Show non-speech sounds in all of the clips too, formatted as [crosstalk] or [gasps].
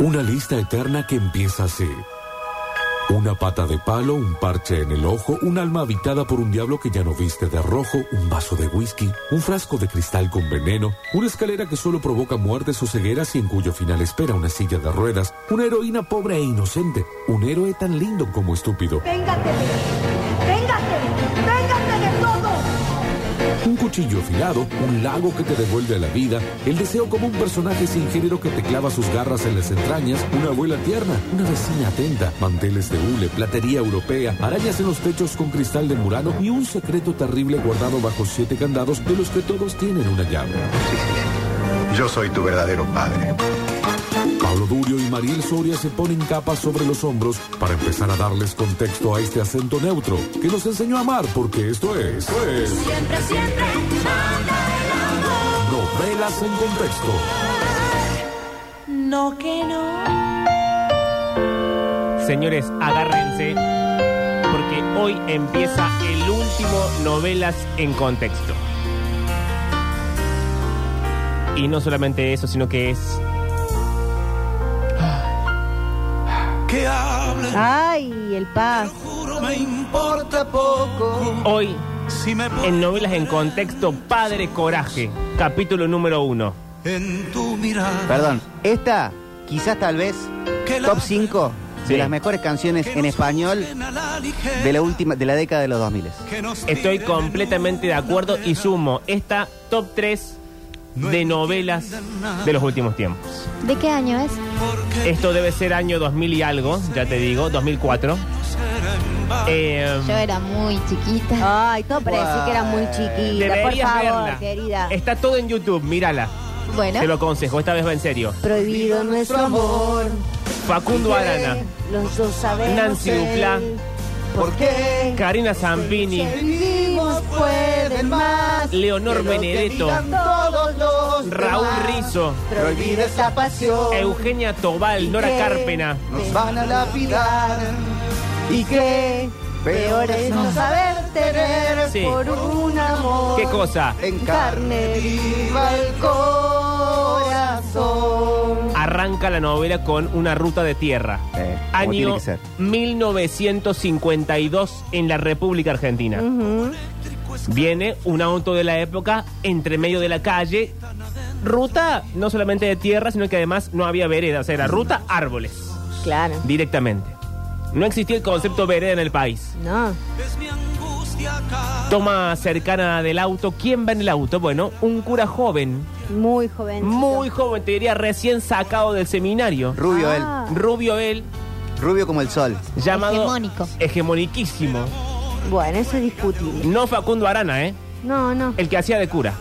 Una lista eterna que empieza así. Una pata de palo, un parche en el ojo, un alma habitada por un diablo que ya no viste de rojo, un vaso de whisky, un frasco de cristal con veneno, una escalera que solo provoca muertes o cegueras y en cuyo final espera una silla de ruedas, una heroína pobre e inocente, un héroe tan lindo como estúpido, Véngate, véngate, véngate de todo. un cuchillo afilado, un lago que te devuelve a la vida, el deseo como un personaje sin género que te clava sus garras en las entrañas, una abuela tierna, una vecina atenta, manteles de hule, platería europea, arañas en los techos con cristal de murano y un secreto terrible guardado bajo siete candados de los que todos tienen una llave. Yo soy tu verdadero padre. Pablo Durio y Mariel Soria se ponen capas sobre los hombros para empezar a darles contexto a este acento neutro que nos enseñó a amar porque esto es... es Siempre, siempre, novelas en contexto. No que no. Señores, agárrense porque hoy empieza el último Novelas en Contexto. Y no solamente eso, sino que es que hablen, Ay, el paz. juro me importa poco. hoy Si me en pones Novelas en Contexto Padre Coraje, capítulo número uno. en tu mirada, Perdón, esta quizás tal vez top 5 Sí. de las mejores canciones en español de la última de la década de los 2000. Estoy completamente de acuerdo y sumo esta top 3 de novelas de los últimos tiempos. ¿De qué año es? Esto debe ser año 2000 y algo, ya te digo, 2004. Eh, Yo era muy Ah. chiquita. Ay, todo para decir que era muy chiquita. Por Deberías favor, verla. querida. Está todo en YouTube, mírala. Bueno, Te lo aconsejo, esta vez va en serio. Prohibido nuestro amor. Facundo Arana, Los dos sabemos. Nancy el Dupla, ¿Por qué? Karina Zampini, Vivimos pueden más. Leonor Benedetto, Todos los Raúl demás. Rizzo, Prohibida esa pasión. Eugenia Tobal, Nora que Carpena, Nos van a lapidar. Y que peor es no saber tener Sí. por un amor. ¿qué cosa? En carne viva el corazón. Arranca la novela con una ruta de tierra. Eh, como tiene Año que ser. 1952 en la República Argentina. Viene un auto de la época entre medio de la calle. Ruta no solamente de tierra, sino que además no había veredas. Era ruta árboles Claro. directamente. No existía el concepto vereda en el país. No. Toma cercana del auto. ¿Quién va en el auto? Bueno, un cura joven. Muy joven. Muy joven, te diría recién sacado del seminario. Rubio Ah. Rubio él, él, rubio como el sol. llamado... Hegemónico. Hegemoniquísimo. Bueno, eso es discutible. No Facundo Arana, ¿eh? No, no. El que hacía de cura.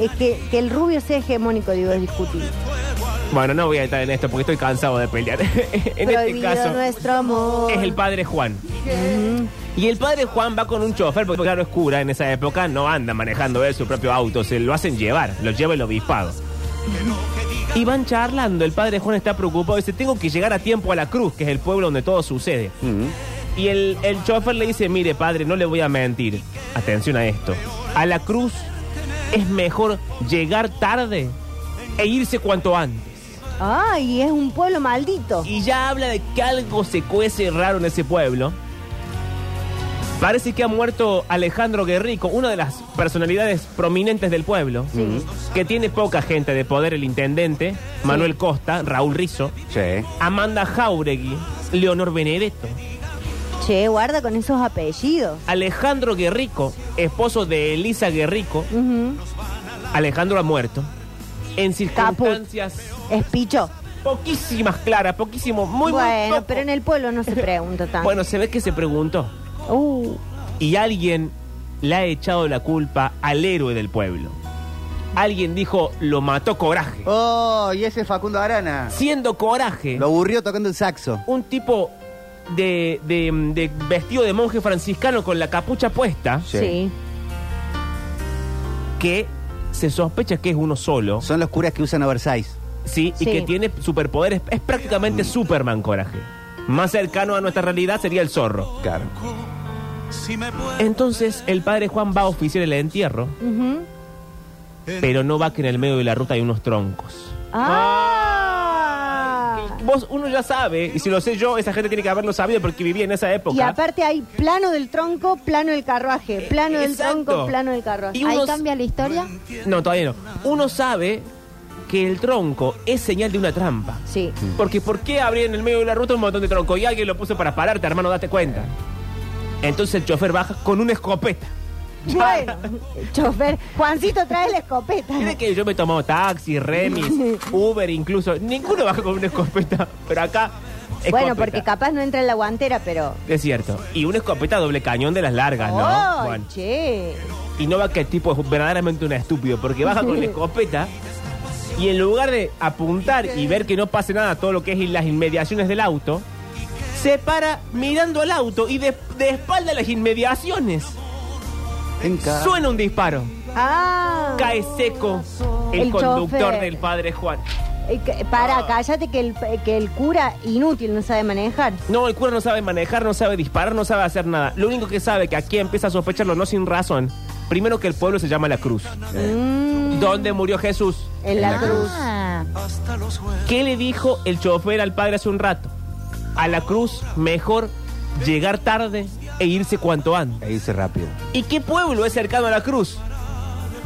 Es que, que el rubio sea hegemónico, digo, es discutible. Bueno, no voy a estar en esto porque estoy cansado de pelear. [laughs] en este Prohibido caso nuestro amor. es el padre Juan. Y el padre Juan va con un chofer, porque claro, es cura en esa época, no anda manejando él su propio auto, se lo hacen llevar, lo lleva el obispado. Y van charlando, el padre Juan está preocupado, dice, tengo que llegar a tiempo a la cruz, que es el pueblo donde todo sucede. Y el, el chofer le dice, mire padre, no le voy a mentir. Atención a esto. A la cruz es mejor llegar tarde e irse cuanto antes. Ay, es un pueblo maldito. Y ya habla de que algo se cuece raro en ese pueblo. Parece que ha muerto Alejandro Guerrico, una de las personalidades prominentes del pueblo, que tiene poca gente de poder, el intendente, Manuel Costa, Raúl Rizo, Sí. Amanda Jauregui, Leonor Benedetto. Che, guarda con esos apellidos. Alejandro Guerrico, esposo de Elisa Guerrico. Ujú. Alejandro ha muerto. En circunstancias Es picho. poquísimas claras, poquísimo, muy muy bueno, poco. pero en el pueblo no se [laughs] pregunta tanto. Bueno, se ve que se preguntó. Uh, Y alguien le ha echado la culpa al héroe del pueblo. Alguien dijo, lo mató Coraje. Oh, y ese Facundo Arana. Siendo Coraje, Lo aburrió tocando el saxo. un tipo de, de- de vestido de monje franciscano con la capucha puesta, sí. que se sospecha que es uno solo, Son los curas que usan oversize. ¿sí? Y Sí. que tiene superpoderes. Es prácticamente Superman Coraje. Más cercano a nuestra realidad sería el zorro. Claro. Entonces, el padre Juan va a oficiar el entierro, Ujú. pero no va que en el medio de la ruta hay unos troncos. Ah. vos, uno ya sabe, y si lo sé yo, esa gente tiene que haberlo sabido porque vivía en esa época. Y aparte hay plano del tronco, plano del carruaje, plano del Eh, Exacto. tronco, plano del carruaje. Y Ahí unos- cambia la historia. No, todavía no. Uno sabe que el tronco es señal de una trampa. [laughs] Sí. Porque ¿por qué abrir en el medio de la ruta un montón de tronco? Y alguien lo puso para pararte, hermano, date cuenta. Entonces el chofer baja con una escopeta. Ah. Bueno, chofer, Juancito trae la escopeta. Mire que yo me he tomado taxi, remis, Uber incluso. Ninguno baja con una escopeta. Pero acá. Bueno, escopeta. porque capaz no entra en la guantera, pero. Es cierto. Y una escopeta doble cañón de las largas, Ah, ¿no? ¡Ay, Juan? che! Y no va que el tipo es verdaderamente un estúpido, porque baja con [laughs] la escopeta y en lugar de apuntar y ver que no pase nada todo lo que es las inmediaciones del auto, se para mirando al auto y de, de espalda a las inmediaciones. En ca- Suena un disparo. ¡Ah! Cae seco el, El conductor chofer. del padre Juan. Eh, que- Ah. Para, cállate que el, eh, que el cura inútil no sabe manejar. No, el cura no sabe manejar, no sabe disparar, no sabe hacer nada. Lo único que sabe que aquí empieza a sospecharlo, no sin razón. Primero que el pueblo se llama La Cruz. ¿Dónde murió Jesús? En la cruz. Ah, ¿Qué le dijo el chofer al padre hace un rato? A la cruz, mejor llegar tarde e irse cuanto antes. Ahí dice rápido. ¿Y qué pueblo es cercano a la cruz?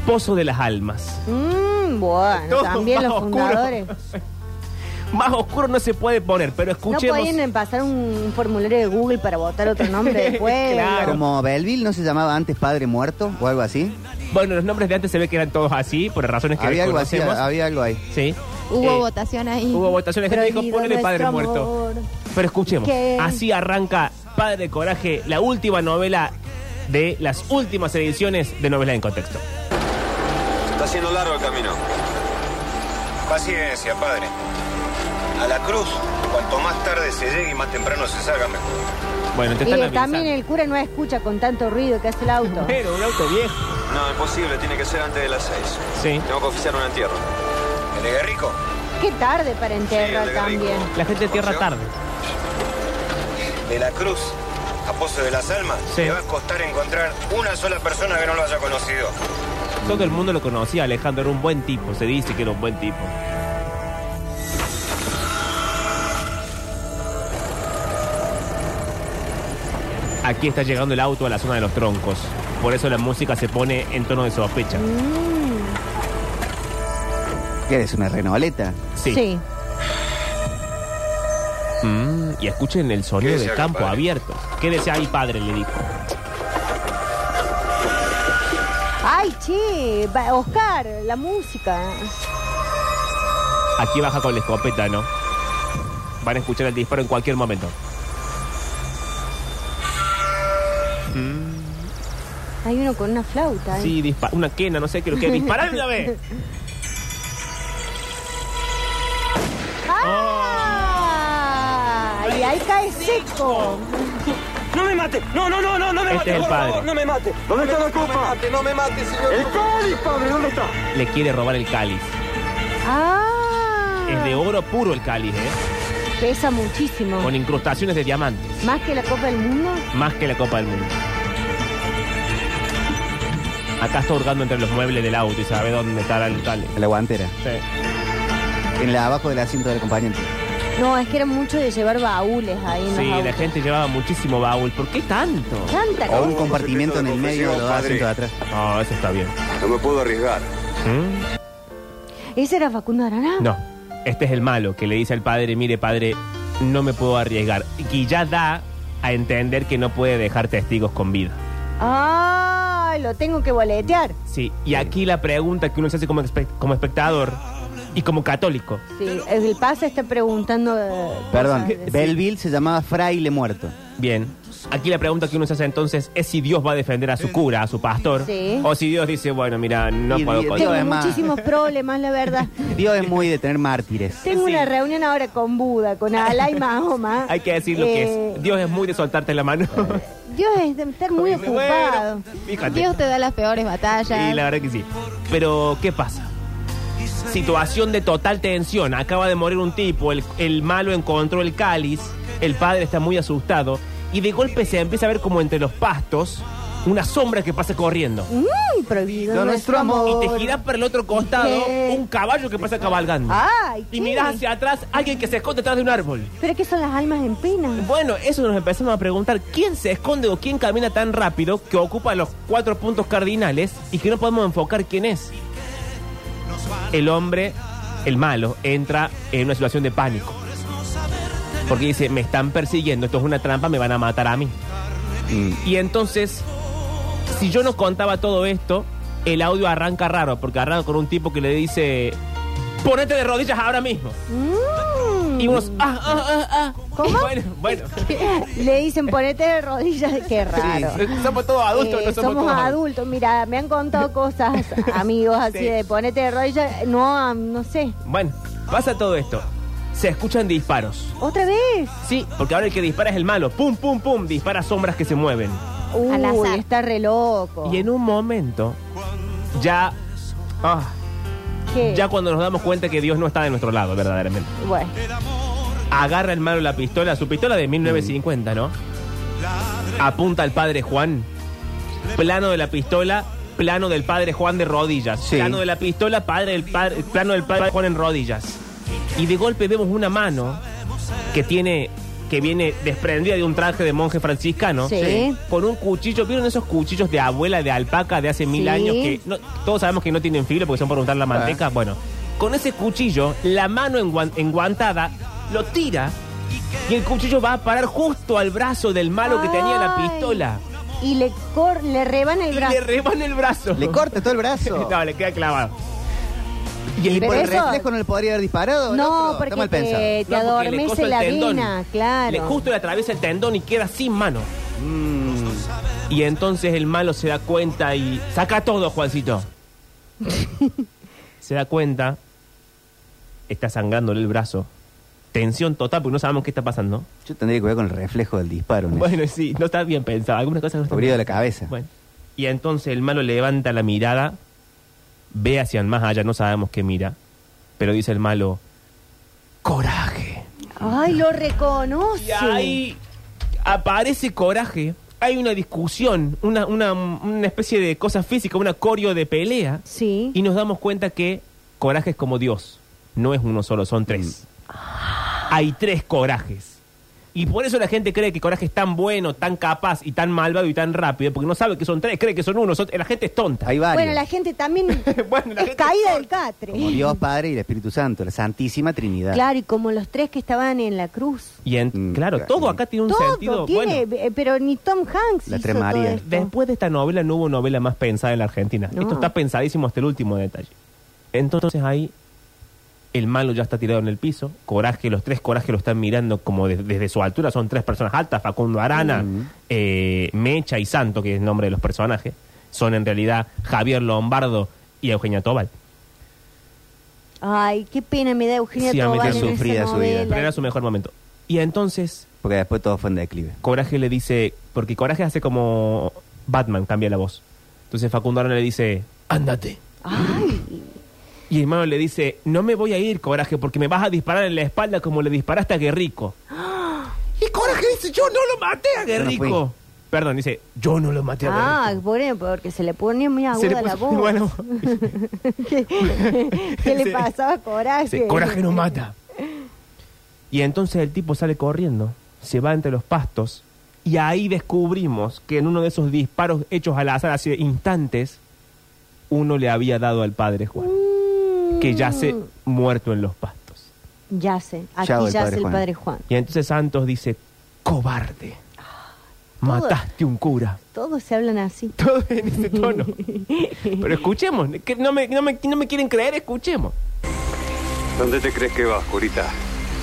Pozo de las Almas. Mm, bueno, Todo también los más oscuro. fundadores. Más oscuro no se puede poner, pero No escuchemos. podían pasar un formulario de Google para votar otro nombre después. [laughs] Claro. Como Belville no se llamaba antes Padre Muerto o algo así. Bueno, los nombres de antes se ve que eran todos así, por razones que había algo así, desconocemos. había algo ahí. Sí. hubo Eh, votación ahí. Hubo votaciones. Gente este dijo, Prohibido ponele padre nuestro muerto. amor. Pero escuchemos. ¿Qué? Así arranca Padre Coraje, la última novela de las últimas ediciones de Novela en Contexto. Está siendo largo el camino. Paciencia, padre. A la cruz, cuanto más tarde se llegue y más temprano se salga mejor. Bueno, te Y están que también avisando. el cura no escucha con tanto ruido que hace el auto. Pero un auto viejo. No, imposible, tiene que ser antes de las seis. Sí. Tengo que oficiar un entierro. ¿El de Guerrico? Qué tarde para enterrar Sí, también. La gente tierra tarde. De la cruz a Pozo de las Almas, Sí. te va a costar encontrar una sola persona que no lo haya conocido. Todo el mundo lo conocía, Alejandro era un buen tipo, se dice que era un buen tipo. Aquí está llegando el auto a la zona de los troncos. Por eso la música se pone en tono de sospecha. Mm. ¿Qué eres? ¿Una renoleta? Sí. Mm, y escuchen el sonido Quédese de acá, campo padre. abierto. Quédese ahí, padre, le dijo. Ay, che, va- Oscar, la música. Aquí baja con la escopeta, ¿no? Van a escuchar el disparo en cualquier momento. Hay uno con una flauta. ¿eh? Sí, dispa- una quena, no sé qué lo que. ¡Disparame una vez! Oh. ¡Ah! Y ahí cae seco. No me mate, no, no, no, [laughs] no, no me Este mate, es el por padre. favor, no me mate. ¿Dónde está la copa? no me mate, señor. El cáliz, padre, ¿dónde está? Le quiere robar el cáliz. ¡Ah! Es de oro puro el cáliz, ¿eh? Pesa muchísimo. Con incrustaciones de diamantes. Más que la Copa del Mundo. Más que la Copa del Mundo. Acá está hurgando entre los muebles del auto y sabe dónde está el cáliz. La guantera. Sí. En la abajo del asiento del acompañante. No, es que era mucho de llevar baúles ahí. en los Sí, la autos. gente llevaba muchísimo baúl. ¿Por qué tanto? Tanta O cosa. un compartimento en el medio Oh, de los Padre. asientos de atrás. No, Ah, eso está bien. No me puedo arriesgar. ¿Mm? ¿Ese era Facundo Arana? No, este es el malo que le dice al padre, mire padre, no me puedo arriesgar. Y ya da a entender que no puede dejar testigos con vida. ¡Ah! Lo tengo que boletear. Sí, y aquí la pregunta que uno se hace como, espe- como espectador y como católico. Sí, el pase está preguntando. eh, Perdón, cosas de- Belville se llamaba Fraile Muerto. Bien, aquí la pregunta que uno se hace entonces es si Dios va a defender a su cura, a su pastor, Sí. o si Dios dice, bueno, mira, no Y- puedo y- con- Dios Tengo es más. muchísimos problemas, la [laughs] verdad. Dios es muy de tener mártires. Tengo Sí. una reunión ahora con Buda, con Alá y Mahoma. [laughs] Hay que decir lo que Eh, es. Dios es muy de soltarte la [laughs] mano. Dios es de estar muy Bueno, ocupado. fíjate. Dios te da las peores batallas. Y la verdad que sí. Pero, ¿qué pasa? Situación de total tensión. Acaba de morir un tipo, el, el malo encontró el cáliz, el padre está muy asustado y de golpe se empieza a ver como entre los pastos una sombra que pasa corriendo. Mm, prohibido Lo nuestro amor. Y te girás para el otro costado ¿Qué? un caballo que pasa cabalgando. Ay, y qué. mirás hacia atrás alguien que se esconde detrás de un árbol. Pero es que son las almas en pena. Bueno, eso nos empezamos a preguntar quién se esconde o quién camina tan rápido que ocupa los cuatro puntos cardinales y que no podemos enfocar quién es. El hombre, el malo, entra en una situación de pánico. Porque dice, me están persiguiendo, esto es una trampa, me van a matar a mí. Y entonces, si yo no contaba todo esto, el audio arranca raro, porque arranca con un tipo que le dice, ponete de rodillas ahora mismo. Y unos, ah, ah, ah, ah. [laughs] ¿Cómo? Bueno, bueno. [laughs] Le dicen ponete de rodillas, [laughs] qué raro. Sí, somos todos adultos, Eh, no somos, somos todos adultos, mira, me han [laughs] contado cosas, amigos, así Sí. de ponete de rodillas, no, am- no sé, Bueno, pasa todo esto. Se escuchan disparos. otra vez. Sí, porque ahora el que dispara es el malo. Pum, pum, pum. Dispara sombras que se mueven. Uy, Al azar. está re loco. Y en un momento, ya. ah, ¿Qué? ya cuando nos damos cuenta que Dios no está de nuestro lado, verdaderamente. Bueno, Agarra el malo la pistola, su pistola de 1950, ¿no? Apunta al padre Juan. Plano de la pistola, plano del padre Juan de rodillas. Sí. Plano de la pistola, padre del padre, plano del padre Juan en rodillas. Y de golpe vemos una mano que tiene que viene desprendida de un traje de monje franciscano Sí. con un cuchillo, ¿vieron esos cuchillos de abuela de alpaca de hace mil Sí. años que no- todos sabemos que no tienen filo porque son por untar la manteca? Bueno, con ese cuchillo, la mano enguan- enguantada lo tira y el cuchillo va a parar justo al brazo del malo que tenía la Ay. pistola. y le, cor le rebana el Y le brazo. rebana el brazo. Oh. Le [laughs] corta todo el brazo. [laughs] no, le queda clavado. Y Y el- por el Pero eso- reflejo no le podría haber disparado. No, porque porque te, te No, porque le adormece coso el la tendón. vena, claro. Le justo le atraviesa el tendón y queda sin mano. Mm. Y entonces el malo se da cuenta y saca [laughs] todo, Juancito. se da cuenta, está sangrándole el brazo. Tensión total porque no sabemos qué está pasando. Yo tendría que ver con el reflejo del disparo. ¿no? Bueno, sí, no está bien pensado. Algunas cosas no están Abrido bien. la cabeza. Bueno. Y entonces el malo levanta la mirada, ve hacia más allá, no sabemos qué mira, pero dice el malo, coraje. Ay, lo reconoce. Y ahí aparece coraje. Hay una discusión, una, una, una especie de cosa física, una coreo de pelea. Sí. Y nos damos cuenta que coraje es como Dios. No es uno solo, son tres. Mm. Hay tres corajes. Y por eso la gente cree que coraje es tan bueno, tan capaz y tan malvado y tan rápido, porque no sabe que son tres, cree que son uno. son- la gente es tonta. Hay varios. Bueno, la gente también [laughs] Bueno, la es gente- caída del catre. Como Dios Padre y el Espíritu Santo, la Santísima Trinidad. Claro, y como los tres que estaban en la cruz. Y en- Mm, claro, claro. todo acá tiene un todo sentido. tiene, bueno, eh, pero ni Tom Hanks. La hizo Tres todo Marías. esto. Después de esta novela no hubo novela más pensada en la Argentina. No. Esto está pensadísimo hasta el último detalle. Entonces ahí el malo ya está tirado en el piso. Coraje, los tres Coraje lo están mirando como de- desde su altura. Son tres personas altas, Facundo Arana, eh, Mecha y Santo, que es el nombre de los personajes. Son en realidad Javier Lombardo y Eugenia Tobal. Ay, qué pena me da Eugenia Sí, a mí Tobal también. en esa Sufrida su vida. novela. Pero era su mejor momento. Y entonces Porque después todo fue en declive. Coraje le dice, porque Coraje hace como Batman, cambia la voz. Entonces Facundo Arana le dice, ándate. Ay, Y el malo le dice, no me voy a ir, Coraje, porque me vas a disparar en la espalda como le disparaste a Guerrico. [gasps] Y Coraje dice, yo no lo maté a Guerrico. Yo no fui. Perdón, dice, yo no lo maté a ah, Guerrico. bueno, porque se le ponía muy Se le aguda la puso- voz. [laughs] bueno, ¿Qué, qué Sí. le pasaba a Coraje? dice, Coraje no mata. Y entonces el tipo sale corriendo, se va entre los pastos, y ahí descubrimos que en uno de esos disparos hechos al azar hace instantes, uno le había dado al padre Juan, que yace Mm. muerto en los pastos. Yace, aquí Chao, el yace Padre el Juan. Padre Juan. Y entonces Santos dice, cobarde, Ah, mataste un cura. [laughs] Todos se hablan así. Todo en ese tono. Pero escuchemos, que no me, no me- no me quieren creer, escuchemos. ¿Dónde te crees que vas, curita?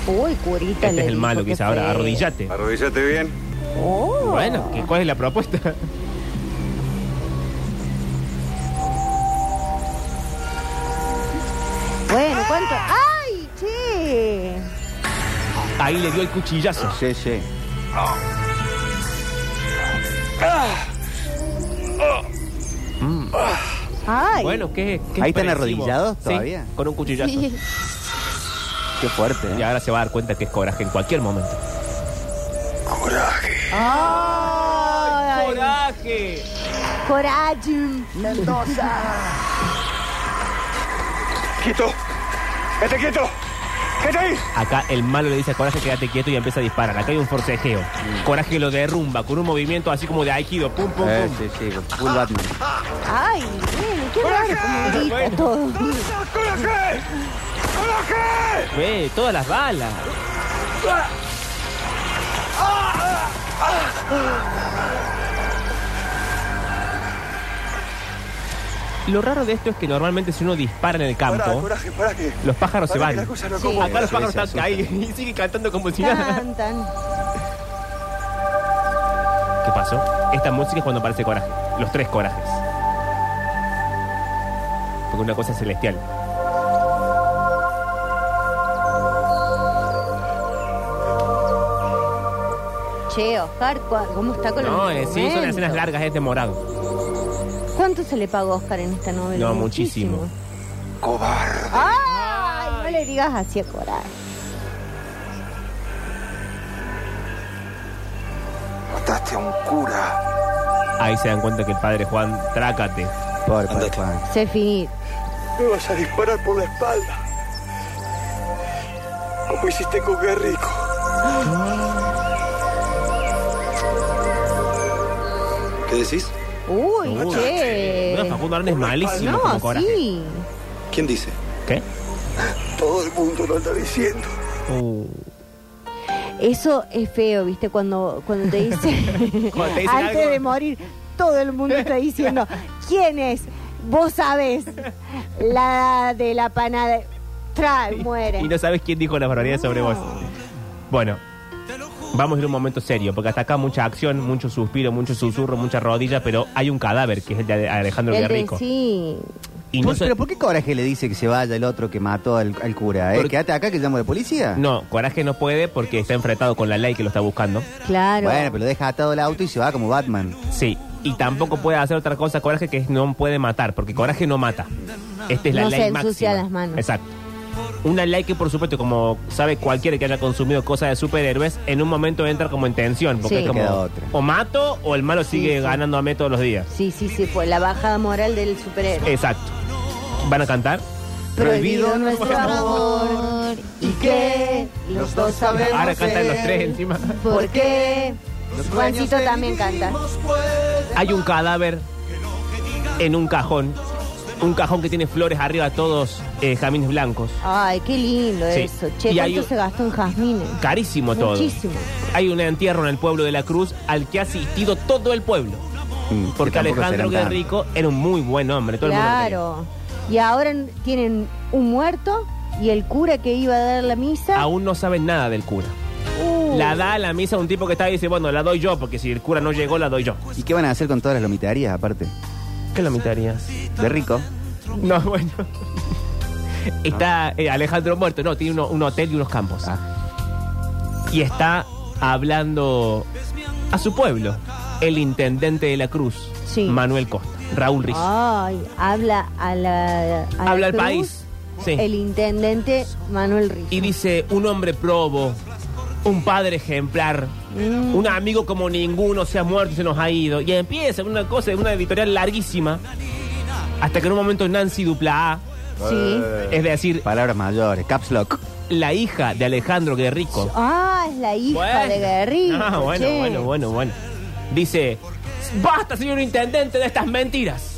Uy, curita. Este le es el dijo, malo que qué dice ahora, feo. arrodillate. Arrodillate bien. Oh. Bueno, ¿qué- ¿cuál es la propuesta? Bueno, ¿cuánto? ¡Ay, che! [laughs] Ahí le dio el cuchillazo. Sí, sí. ¡Ay! Bueno, ¿qué, qué Ahí están expresivo. arrodillados Sí, todavía. con un cuchillazo. Qué fuerte. ¿eh? Y ahora se va a dar cuenta que es coraje en cualquier momento. Coraje. Ay, ¡Coraje! Corajum. Mendoza. Ah, ¡Quieto! ¡Quédate quieto! ¡Quédate ahí! Acá el malo le dice a Coraje quédate quieto y empieza a disparar. Acá hay un forcejeo. Coraje lo derrumba con un movimiento así como de aikido. Pum, pum, Eh, pum. sí, sí, full Batman. Ay, bien, qué raro como grita todo. ¡Coraje! ¡Coraje! Ve, todas las balas. Lo raro de esto es que normalmente si uno dispara en el campo, coraje, coraje! los pájaros se Pará, que van. la cosa no Sí. como- Acá los Sí, pájaros se están ahí [laughs] y sigue cantando como si nada. Tan, tan. ¿Qué pasó? Esta música es cuando aparece coraje. Los tres corajes. Porque una cosa celestial. Che, Oscar, cua- ¿cómo está con No, los eh, sí, son argumentos? escenas largas, es de morado. ¿Cuánto se le pagó a Oscar en esta novela? No, muchísimo. ¡Cobarde! Ay, no le digas así a Coraje. ¡Mataste a un cura! Ahí se dan cuenta que el padre Juan, trácate. Pobre padre Juan. Se finir. Me vas a disparar por la espalda. Como hiciste con Guerrico. ¿Qué decís? Uy, Uy, che. No, Facundo Arana es malísimo como No, coraje. sí. ¿Quién dice? ¿Qué? Todo el mundo lo anda diciendo. Uh, Eso es feo, ¿viste? Cuando, cuando te dice, [laughs] Cuando te [laughs] dicen antes algo. de morir, todo el mundo está diciendo, ¿quién es? Vos sabés, la de la panada, trae, muere. y no sabes quién dijo las barbaridades sobre vos. Bueno, vamos a ir a un momento serio, porque hasta acá mucha acción, mucho suspiro, mucho susurro, mucha rodilla, pero hay un cadáver que es el de Alejandro El de- Guerrico. sí. Y no, Por- so- ¿Pero por qué Coraje le dice que se vaya el otro que mató al, al cura? Eh? Porque- ¿Quédate acá que llamo a la policía? no, Coraje no puede porque está enfrentado con la ley que lo está buscando. Claro. Bueno, pero lo deja atado el auto y se va como Batman. Sí, y tampoco puede hacer otra cosa Coraje que es no puede matar, porque Coraje no mata. Esta es la No ley se ensucia máxima. las manos. Exacto. Una ley que, por supuesto, como sabe cualquiera que haya consumido cosas de superhéroes, en un momento entra como en tensión, porque Sí. es como Queda otra. o mato o el malo sigue sí. ganándome todos los días. Sí, sí, sí, fue la bajada moral del superhéroe. Exacto. ¿Van a cantar? Prohibido nuestro amor. Amor, ¿Y qué? Los dos sabemos. Ahora cantan los ser. tres encima. ¿Por qué? Los Juancito sueños que también canta. vivimos pueden- Hay un cadáver en un cajón. Un cajón que tiene flores arriba, todos eh, jamines blancos. Ay, qué lindo Sí. eso. Che, Y ¿cuánto hay un- se gastó en jazmines? Carísimo todo. Muchísimo. Hay un entierro en el pueblo de la Cruz al que ha asistido todo el pueblo. Mm, Porque que tampoco Alejandro serán tan- Guerrico era un muy buen hombre. Todo el mundo Claro. Y ahora n- tienen un muerto y el cura que iba a dar la lo quería. misa. Aún no saben nada del cura. Uh, La da a la misa un tipo que está ahí y dice, bueno, la doy yo, porque si el cura no llegó, la doy yo. ¿Y qué van a hacer con todas las lomitarias aparte? ¿Qué lo mitarías? De rico. No, [laughs] bueno. Está eh, Alejandro muerto, no, tiene uno- un hotel y unos campos. Ah. Y está hablando a su pueblo, el intendente de la Cruz, Sí. Manuel Costa, Raúl Riz. Ay, habla a la. a la Habla al Cruz, país. Sí. El intendente Manuel Rizzo. y dice un hombre probo, un padre ejemplar, un amigo como ninguno se ha muerto y se nos ha ido. Y empieza una cosa, una editorial larguísima, hasta que en un momento Nancy Dupla A, Sí. es decir, Palabras mayores. Caps Lock. la hija de Alejandro Guerrico. Ah, es la hija de Guerrero. Ah, bueno, bueno, bueno, bueno. Dice, basta, señor intendente, de [gasps] estas mentiras.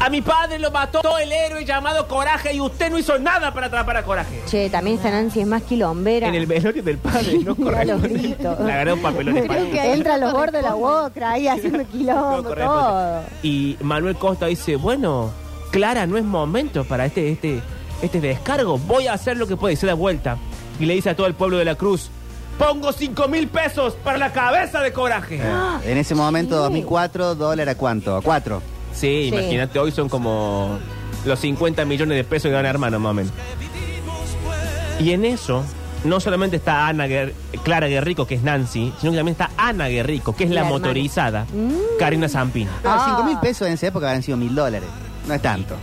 A mi padre lo mató el héroe llamado Coraje y usted no hizo nada para atrapar a Coraje. Che, también esta Nancy es más quilombera. [laughs] En el velorio del padre, no Mira corre. los gritos. Le agarré un papelón. en Creo el que país. ahí Entra a los no bordes de la corresponde. boca ahí haciendo No pues. quilombo, corresponde. todo. Y Manuel Costa dice, bueno, Clara, no es momento para este, este, este descargo. Voy a hacer lo que pueda y se da vuelta. Y le dice a todo el pueblo de la cruz, pongo cinco mil pesos para la cabeza de coraje. En ese momento, sí. 2004, dólar a cuánto? A cuatro. Sí, Sí. imagínate, hoy son como los 50 millones de pesos que gana hermano, mamen. Y en eso, no solamente está Ana Guer- Clara Guerrico, que es Nancy, sino que también está Ana Guerrico, que es la, La hermana. motorizada, Mm. Karina Zampina. No, Ah. cinco mil pesos en esa época habían sido mil dólares. No es tanto.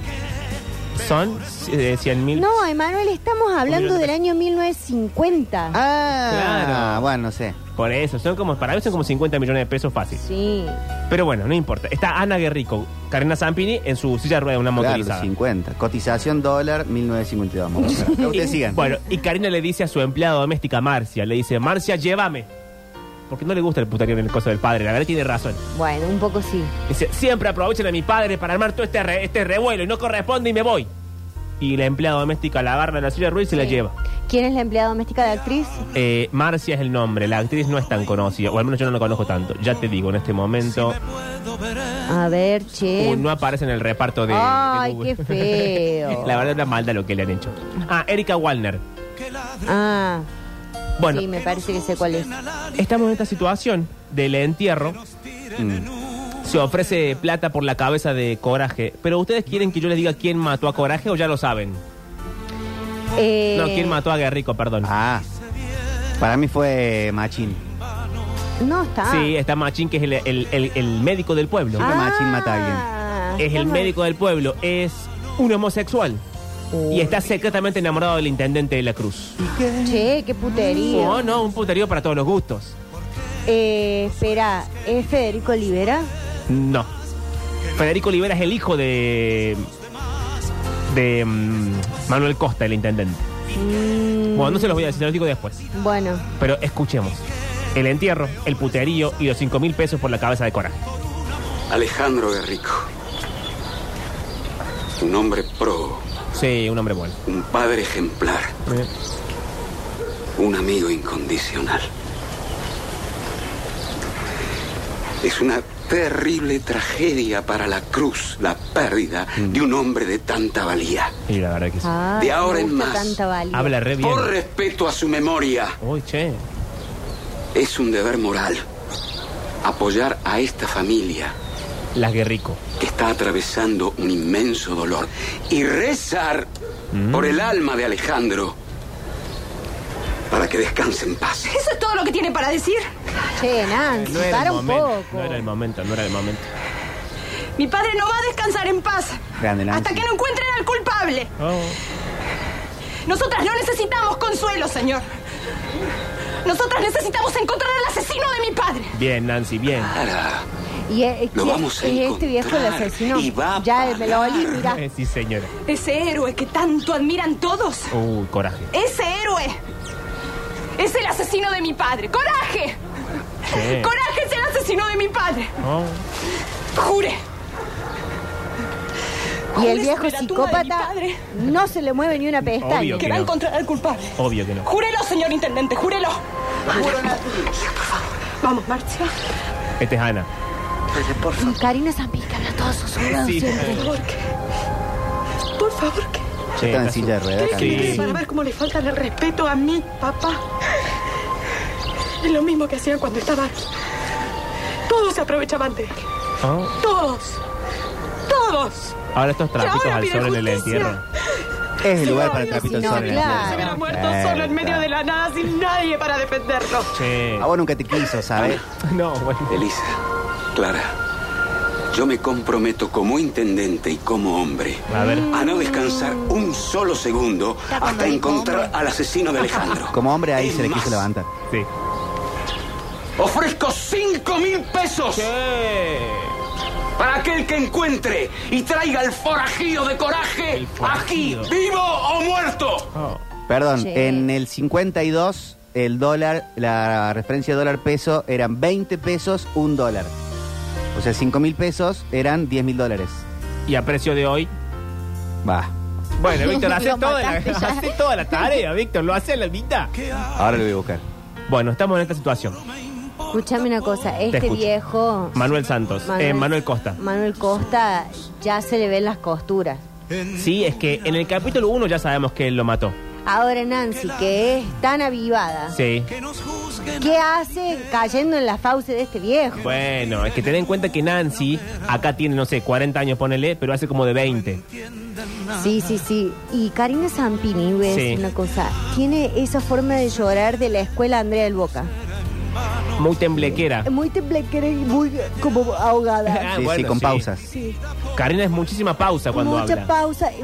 son eh, 100 mil. No, Emanuel, estamos hablando del año 1950. Ah, Claro. bueno, no sé. Por eso, son como, para mí son como 50 millones de pesos fácil. Sí. Pero bueno, no importa. Está Ana Guerrico, Karina Zampini en su silla de ruedas, una Claro, motorizada. 50. Cotización dólar 1952. vamos a [laughs] ver. Ustedes sigan. Bueno, y Karina le dice a su empleada doméstica, Marcia, le dice, Marcia, llévame. Porque no le gusta el putario en el coso del padre, la verdad tiene razón. Bueno, un poco sí. Dice, siempre aprovechan a mi padre para armar todo este, re- este revuelo y no corresponde y me voy. Y la empleada doméstica la agarra de la silla de ruedas y se la Sí. lleva. ¿Quién es la empleada doméstica de actriz? Eh, Marcia es el nombre, la actriz no es tan conocida, o al menos yo no la conozco tanto. Ya te digo, en este momento A ver, che. uh, no aparece en el reparto de. de Ay, Google. qué feo. [laughs] la verdad es una maldad lo que le han hecho. Ah, Erika Wallner. Ah, Bueno, sí, me parece que sé cuál es. estamos en esta situación del entierro. Se ofrece plata por la cabeza de Coraje. Pero ustedes quieren que yo les diga quién mató a Coraje o ya lo saben. Eh, No, quién mató a Guerrico, perdón. Ah, para mí fue Machín. No, está. Sí, está Machín, que es el, el- el- el médico del pueblo. Ah, Machín mata a alguien. es el estamos- médico del pueblo. Es un homosexual. Y está secretamente enamorado del intendente de la Cruz. Che, qué putería. Oh, no, un puterío para todos los gustos. Eh, espera, ¿es Federico Olivera? No. Federico Olivera es el hijo de. de mm, Manuel Costa, el intendente. Bueno, no se los voy a decir, se los digo después. Mm, Bueno, Pero escuchemos. El entierro, el puterío y los 5 mil pesos por la cabeza de Coraje. Alejandro Guerrico. Un hombre pro, Sí, un hombre bueno. un padre ejemplar, Eh, un amigo incondicional. Es una terrible tragedia para la cruz la pérdida Mm. de un hombre de tanta valía. Y la verdad que sí. ah, De ahora me en gusta más. tanta valía. Habla re bien. Por respeto a su memoria, Uy, che. es un deber moral apoyar a esta familia Las Guerrico. que está atravesando un inmenso dolor y rezar Mm. por el alma de Alejandro para que descanse en paz. ¿Eso es todo lo que tiene para decir? Che, Nancy, para un momento. poco. No era el momento, no era el momento. Mi padre no va a descansar en paz. Grande, Nancy. Hasta que no encuentren al culpable. Oh. Nosotras no necesitamos consuelo, señor. Nosotras necesitamos encontrar al asesino de mi padre. Bien, Nancy, bien. Ahora, Y es, Lo y es- vamos a es este viejo el encontrar asesino. y va a ya, me lo olí, pagar. mirá. Eh, Sí, señora. Ese héroe que tanto admiran todos. Uy, coraje. Ese héroe es el asesino de mi padre. ¡Coraje! Che. ¡Coraje es el asesino de mi padre! Oh. ¡Jure! Y Jure el viejo sobre la tumba de mi psicópata padre no se le mueve ni una pestaña. Obvio. que va a encontrar al culpable. Obvio que no. ¡Júrelo, señor intendente! ¡Júrelo! Vamos, Marcia. Esta Este es Ana. Karina Zampi, que habla todos sus Sí. Por favor, que... Por favor, que... Che, Estaba en está silla de ruedas. ¿Crees que me Sí. quede para ver cómo le faltan el respeto a mí, papá? Es lo mismo que hacían cuando estaba aquí. Todos se aprovechaban de él. su- Oh. Todos. Todos. Ahora estos trapitos ahora al piden sol en el justicia. entierro. Es el Sí, lugar no, para el no, trapito sí, no, sol. en la claro. tierra. Se hubiera muerto Eh, solo en medio claro. de la nada sin nadie para defenderlo. Che. A vos nunca te quiso, ¿sabes? No, Ah, bueno. Elisa, Clara, yo me comprometo como intendente y como hombre A ver. a no descansar un solo segundo hasta encontrar al asesino de Alejandro. Como hombre ahí Es se le más, quiso levantar. Sí. Ofrezco cinco mil pesos Che. para aquel que encuentre y traiga al forajido de coraje El forajido. aquí, vivo o muerto. Oh. Perdón, Che. en el 52 el dólar, la referencia dólar peso eran 20 pesos, un dólar. O sea, 5 mil pesos eran 10 mil dólares. Y a precio de hoy. Va. Bueno, [laughs] Víctor, Lo hace toda, la, [laughs] mataste ya. hace toda la tarea, Víctor. Lo hace a la mitad. Ahora lo voy a buscar. Bueno, estamos en esta situación. Escúchame una cosa, Te este escucho. viejo. Manuel Santos. eh, Manuel, Costa. Manuel Costa ya se le ven las costuras. Sí, es que en el capítulo 1 ya sabemos que él lo mató. Ahora Nancy, que es tan avivada, Sí. ¿qué hace cayendo en la fauce de este viejo? Bueno, es que ten en cuenta que Nancy acá tiene, no sé, 40 años, ponele, pero hace como de 20. Sí, sí, sí. Y Karina Zampini, ves Sí. una cosa, tiene esa forma de llorar de la escuela Andrea del Boca. Muy temblequera. Muy temblequera y muy como ahogada. Ah, sí, bueno, con sí. pausas. Sí. Karina es muchísima pausa cuando Mucha habla. pausa. y-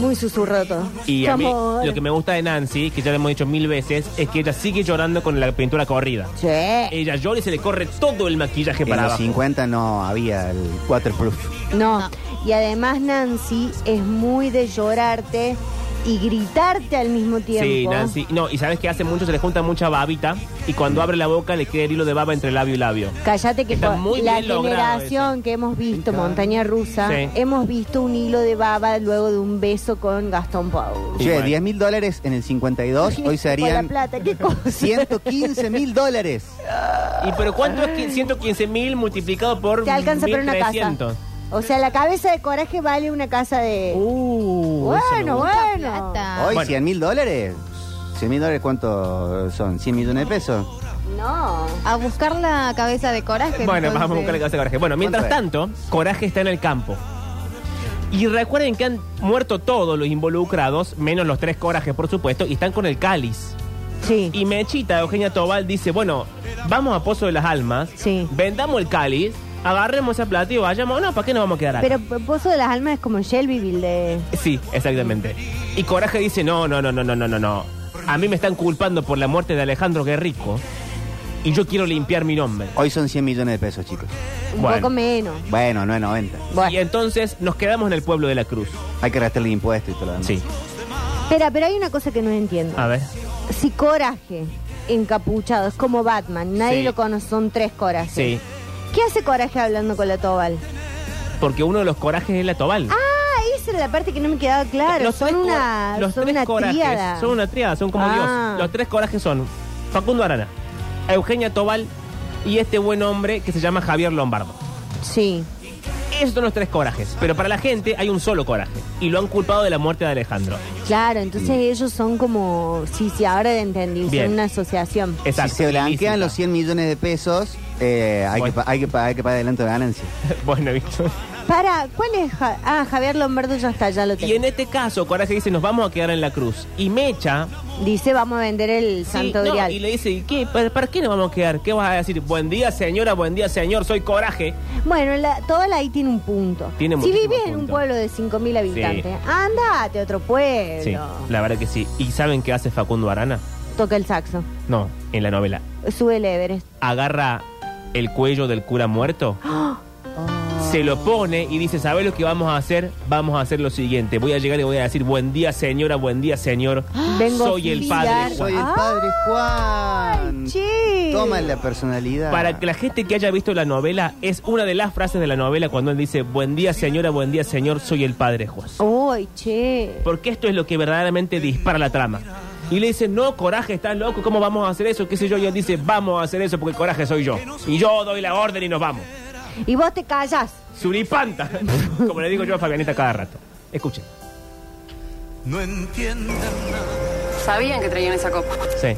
Muy susurrado. Y a mí Como- lo que me gusta de Nancy, que ya lo hemos dicho mil veces, es que ella sigue llorando con la pintura corrida. Sí. Ella llora y se le corre todo el maquillaje En para los abajo. 50 no había el waterproof. No. Y además Nancy es muy de llorarte y gritarte al mismo tiempo. Sí, Nancy. No, y sabes que hace mucho se le junta mucha babita y cuando abre la boca le queda el hilo de baba entre labio y labio. Cállate que Está por muy la bien logrado generación que hemos visto, montaña rusa, Sí. hemos visto un hilo de baba luego de un beso con Gastón Pau. Y Che, bueno. 10 mil dólares en el 52, hoy Con la [laughs] serían plata, qué cosa. 115 mil dólares. ¿Y pero cuánto es que 115 mil multiplicado por [laughs] Te alcanza para una casa. 1300? O sea, la cabeza de coraje vale una casa de. Uh, eso me bueno, gusta. bueno. Plata. Hoy Ah. Bueno. 100 mil dólares. 100 mil dólares, ¿cuánto son? ¿100 millones de pesos? No. A buscar la cabeza de coraje. Bueno, entonces. vamos a buscar la cabeza de Coraje. Bueno, mientras ¿Cuánto tanto, Coraje está en el campo. Y recuerden que han muerto todos los involucrados, menos los tres Corajes, por supuesto, y están con el cáliz. Sí. Y Mechita, Eugenia Tobal, dice, bueno, vamos a Pozo de las Almas, Sí. vendamos el cáliz, agarremos esa plata y vayamos. No, ¿para qué nos vamos a quedar acá? Pero Pozo de las Almas es como Shelbyville de. Sí, exactamente. Y Coraje dice, no, no, no, no, no, no, no, no. A mí me están culpando por la muerte de Alejandro Guerrico y yo quiero limpiar mi nombre. Hoy son 100 millones de pesos, chicos. Un Bueno. poco menos. Bueno, no es 90. Y entonces nos quedamos en el pueblo de la Cruz. Hay que restarle impuestos y todo lo demás. Sí, Espera, pero hay una cosa que no entiendo. a ver. Si coraje encapuchado es como Batman, nadie Sí. lo conoce, son tres corajes. Sí, ¿Qué hace coraje hablando con la Tobal? porque uno de los corajes es la Tobal. Ah, esa era la parte que no me quedaba claro. son tres cor- una, los son tres una corajes tríada. son una triada, son como Ah. Dios. Los tres corajes son Facundo Arana, Eugenia Tobal y este buen hombre que se llama Javier Lombardo. Sí. Esos son los tres corajes, pero para la gente hay un solo coraje y lo han culpado de la muerte de Alejandro. Claro, entonces ellos son como, sí, sí, ahora entendí, Mm. Bien. son una asociación. Exacto. Si se blanquean ilícita. los 100 millones de pesos, eh, hay, Bueno. que pa- hay, que pa- hay que pagar adelanto de ganancias. [laughs] Bueno, Víctor. Para, ¿cuál es? Ja- ah, Javier Lombardo ya está, ya lo Y en tengo. este caso, Coraje dice, nos vamos a quedar en la cruz. Y Mecha... Dice, vamos a vender el sí, Santo no, Grial. y le dice, "¿Y ¿qué? ¿Para, para qué nos vamos a quedar? ¿Qué vas a decir? Buen día, señora, buen día, señor, soy Coraje. Bueno, la, toda la ahí tiene un punto. Tiene si muchísimo vives en un punto. pueblo de 5.000 habitantes, andate a otro pueblo. Sí, la verdad que sí. ¿Y saben qué hace Facundo Arana? Toca el saxo, No, en la novela. sube el Everest. Agarra el cuello del [gasps] cura muerto, se lo pone y dice, ¿sabes lo que vamos a hacer? Vamos a hacer lo siguiente. Voy a llegar y voy a decir, buen día, señora, buen día, señor. [gasps] Vengo soy a el padre. fiar- Juan". Soy el padre Juan. Che. Toma la personalidad. Para que la gente que haya visto la novela, es una de las frases de la novela cuando él dice, buen día señora, buen día señor, soy el padre Juan. Uy, che. Porque esto es lo que verdaderamente dispara la trama. Y le dice, no, coraje, estás loco, ¿cómo vamos a hacer eso? ¿Qué sé yo? Y él dice, vamos a hacer eso porque coraje soy yo. Y yo doy la orden y nos vamos. Y vos te callas. Suripanta, [laughs] como le digo yo a Fabianita cada rato. Escuchen. Sabían que traían esa copa. Sí.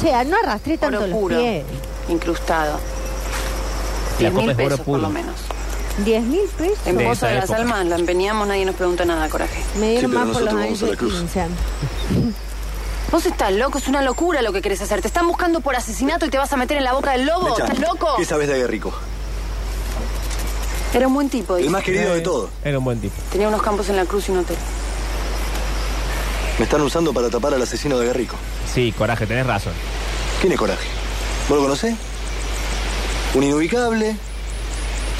Che, no arrastré tanto Oro los puro. pies. Incrustado. La 10 copa mil es de oro pesos, por puro. lo menos. ¿Diez mil pesos? En De Pozo esa de las época. Almas la empeñamos, nadie nos preguntó nada, coraje. Me dieron Sí, pero más por los nosotros años vamos a la de cruz. 15. Vos estás loco, es una locura lo que querés hacer. Te están buscando por asesinato y te vas a meter en la boca del lobo. Mecha, ¿Estás loco? ¿Qué sabes de Guerrico? Era un buen tipo, El dice. más querido de todos. Era un buen tipo. Tenía unos campos en la cruz y un hotel. Me están usando para tapar al asesino de Guerrico. Sí, coraje, tenés razón. ¿Quién es Coraje? ¿Vos lo conocés? Un inubicable.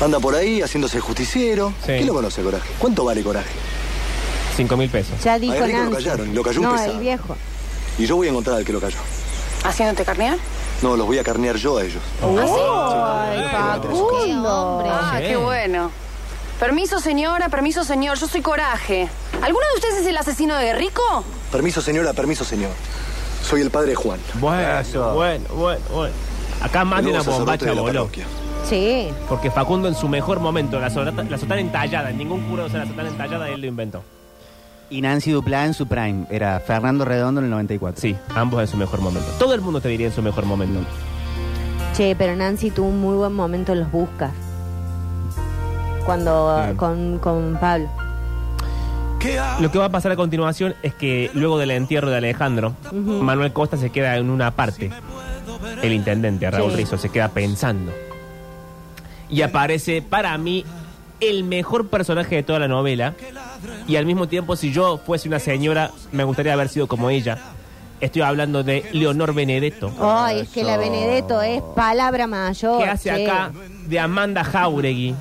Anda por ahí haciéndose justiciero. Sí. ¿Quién lo conoce, Coraje? ¿Cuánto vale Coraje? Cinco mil pesos. Ya dijo Rico lo Nancy. callaron, lo cayó un no, pesado. el viejo. Y yo voy a encontrar al que lo cayó. ¿Haciéndote carnear? No, los voy a carnear yo a ellos. Oh, Ay, Qué Facundo. hombre. Ah, Sí. qué bueno. Permiso, señora, permiso, señor. Yo soy coraje. ¿Alguno de ustedes es el asesino de Guerrico? Permiso, señora, permiso, señor. Soy el padre Juan. Bueno, bueno, bueno, bueno. Acá más el de nuevo una sacerdote bombacha de la voló. parroquia. Sí. Porque Facundo en su mejor momento, la, solata- la sotana entallada, en ningún cura usa la sotana entallada, él lo inventó. Y Nancy Duplá en su prime. Era Fernando Redondo en el 94. Sí, ambos en su mejor momento. Todo el mundo te diría en su mejor momento. Mm. Che, pero Nancy tuvo un muy buen momento en los buscas. Cuando Mm. con, con Pablo. Lo que va a pasar a continuación es que luego del entierro de Alejandro, Ujú. Manuel Costa se queda en una parte. El intendente Raúl Sí. Rizzo se queda pensando. Y aparece para mí el mejor personaje de toda la novela. Y al mismo tiempo, si yo fuese una señora, me gustaría haber sido como ella. Estoy hablando de Leonor Benedetto. Ay, es que la Benedetto es palabra mayor. que hace Oh, che. acá de Amanda Jauregui.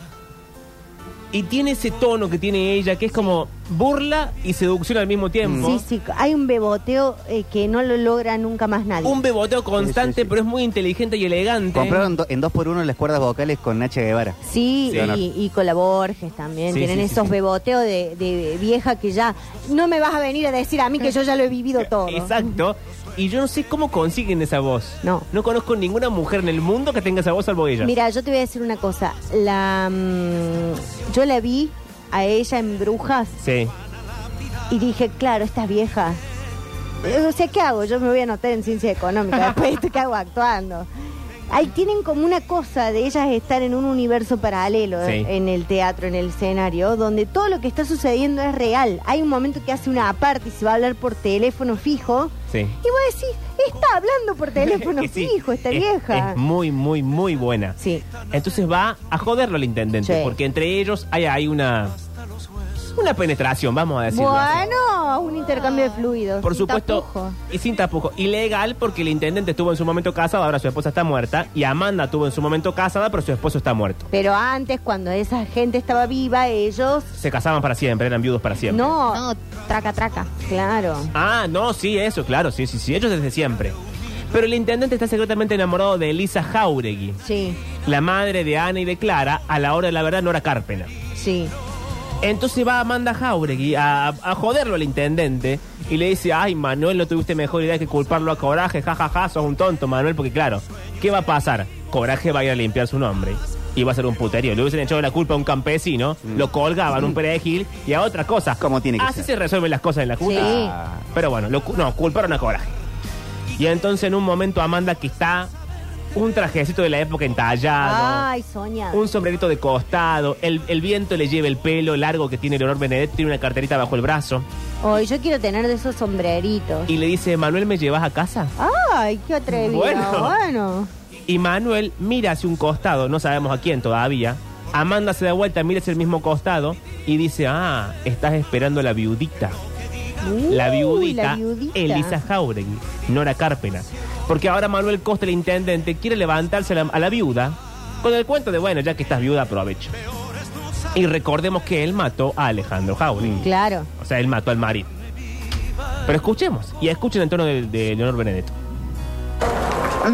Y tiene ese tono que tiene ella, que es como burla y seducción al mismo tiempo. Sí, sí, hay un beboteo eh, que no lo logra nunca más nadie. Un beboteo constante, pero es muy inteligente y elegante. Compraron do- en 2x1 las cuerdas vocales con Nacha Guevara. Sí, Leonor. y, y con la Borges también. Sí, Tienen sí, sí, esos sí. beboteos de, de vieja que ya. No me vas a venir a decir a mí que yo ya lo he [laughs] vivido todo. Exacto. Y yo no sé cómo consiguen esa voz. No. No conozco ninguna mujer en el mundo que tenga esa voz salvo ella. Mira, yo te voy a decir una cosa. La, mm, yo la vi a ella en Brujas Sí. y dije, claro, estas viejas. Eh, O sea, ¿qué hago? Yo me voy a anotar en ciencia [laughs] económica. Después, ¿qué hago actuando? Ahí tienen como una cosa de ellas estar en un universo paralelo Sí. eh, en el teatro, en el escenario, donde todo lo que está sucediendo es real. Hay un momento que hace una aparte y se va a hablar por teléfono fijo. Sí. Y vos decís, está hablando [laughs] por teléfono Que sí, fijo esta es- vieja. Es muy, muy, muy buena. Sí. Entonces va a joderlo al intendente, Sí. porque entre ellos hay ahí una. Una penetración, vamos a decirlo. así. Bueno, un intercambio de fluidos. Por sin supuesto, tapujo. y sin tapujo. Ilegal porque el intendente estuvo en su momento casado, ahora su esposa está muerta. Y Amanda estuvo en su momento casada, pero su esposo está muerto. Pero antes, cuando esa gente estaba viva, ellos. Se casaban para siempre, eran viudos para siempre. No. No, traca, traca. Claro. Ah, no, sí, eso, claro, sí, sí, sí, ellos desde siempre. Pero el intendente está secretamente enamorado de Elisa Jauregui, Sí, la madre de Ana y de Clara, a la hora de la verdad, Nora Carpena. sí. Entonces va Amanda Jauregui a, a joderlo al intendente y le dice, ay Manuel, no tuviste mejor idea que culparlo a Coraje, jajaja, sos un tonto Manuel, porque claro, ¿qué va a pasar? Coraje va a ir a limpiar su nombre y va a ser un puterío. Le hubiesen echado la culpa a un campesino, Mm. lo colgaban a un perejil y a otra cosa. Como tiene que Así ser. se resuelven las cosas en la justicia. Sí. Pero bueno, lo cu- no, culparon a Coraje. Y entonces en un momento Amanda que está un trajecito de la época entallado. Ay, soñada. Ah, Un sombrerito de costado, el, el viento le lleva el pelo largo que tiene Leonor Benedetto, tiene una carterita bajo el brazo. Hoy yo quiero tener de esos sombreritos. Y le dice, Manuel, ¿me llevas a casa? Ay, qué atrevido. Bueno. Bueno. Y Manuel mira hacia un costado, no sabemos a quién todavía. Amanda se da vuelta, mira hacia el mismo costado y dice, ah, estás esperando a la viudita. Uy, la viudita, la viudita. Elisa Jauregui, Nora Carpena. Porque ahora Manuel Costa, el intendente, quiere levantarse a la, a la viuda con el cuento de, bueno, ya que estás viuda, aprovecho. Y recordemos que él mató a Alejandro Jauregui. Claro. O sea, él mató al marido. Pero escuchemos, y escuchen el tono de, de Leonor Benedetto.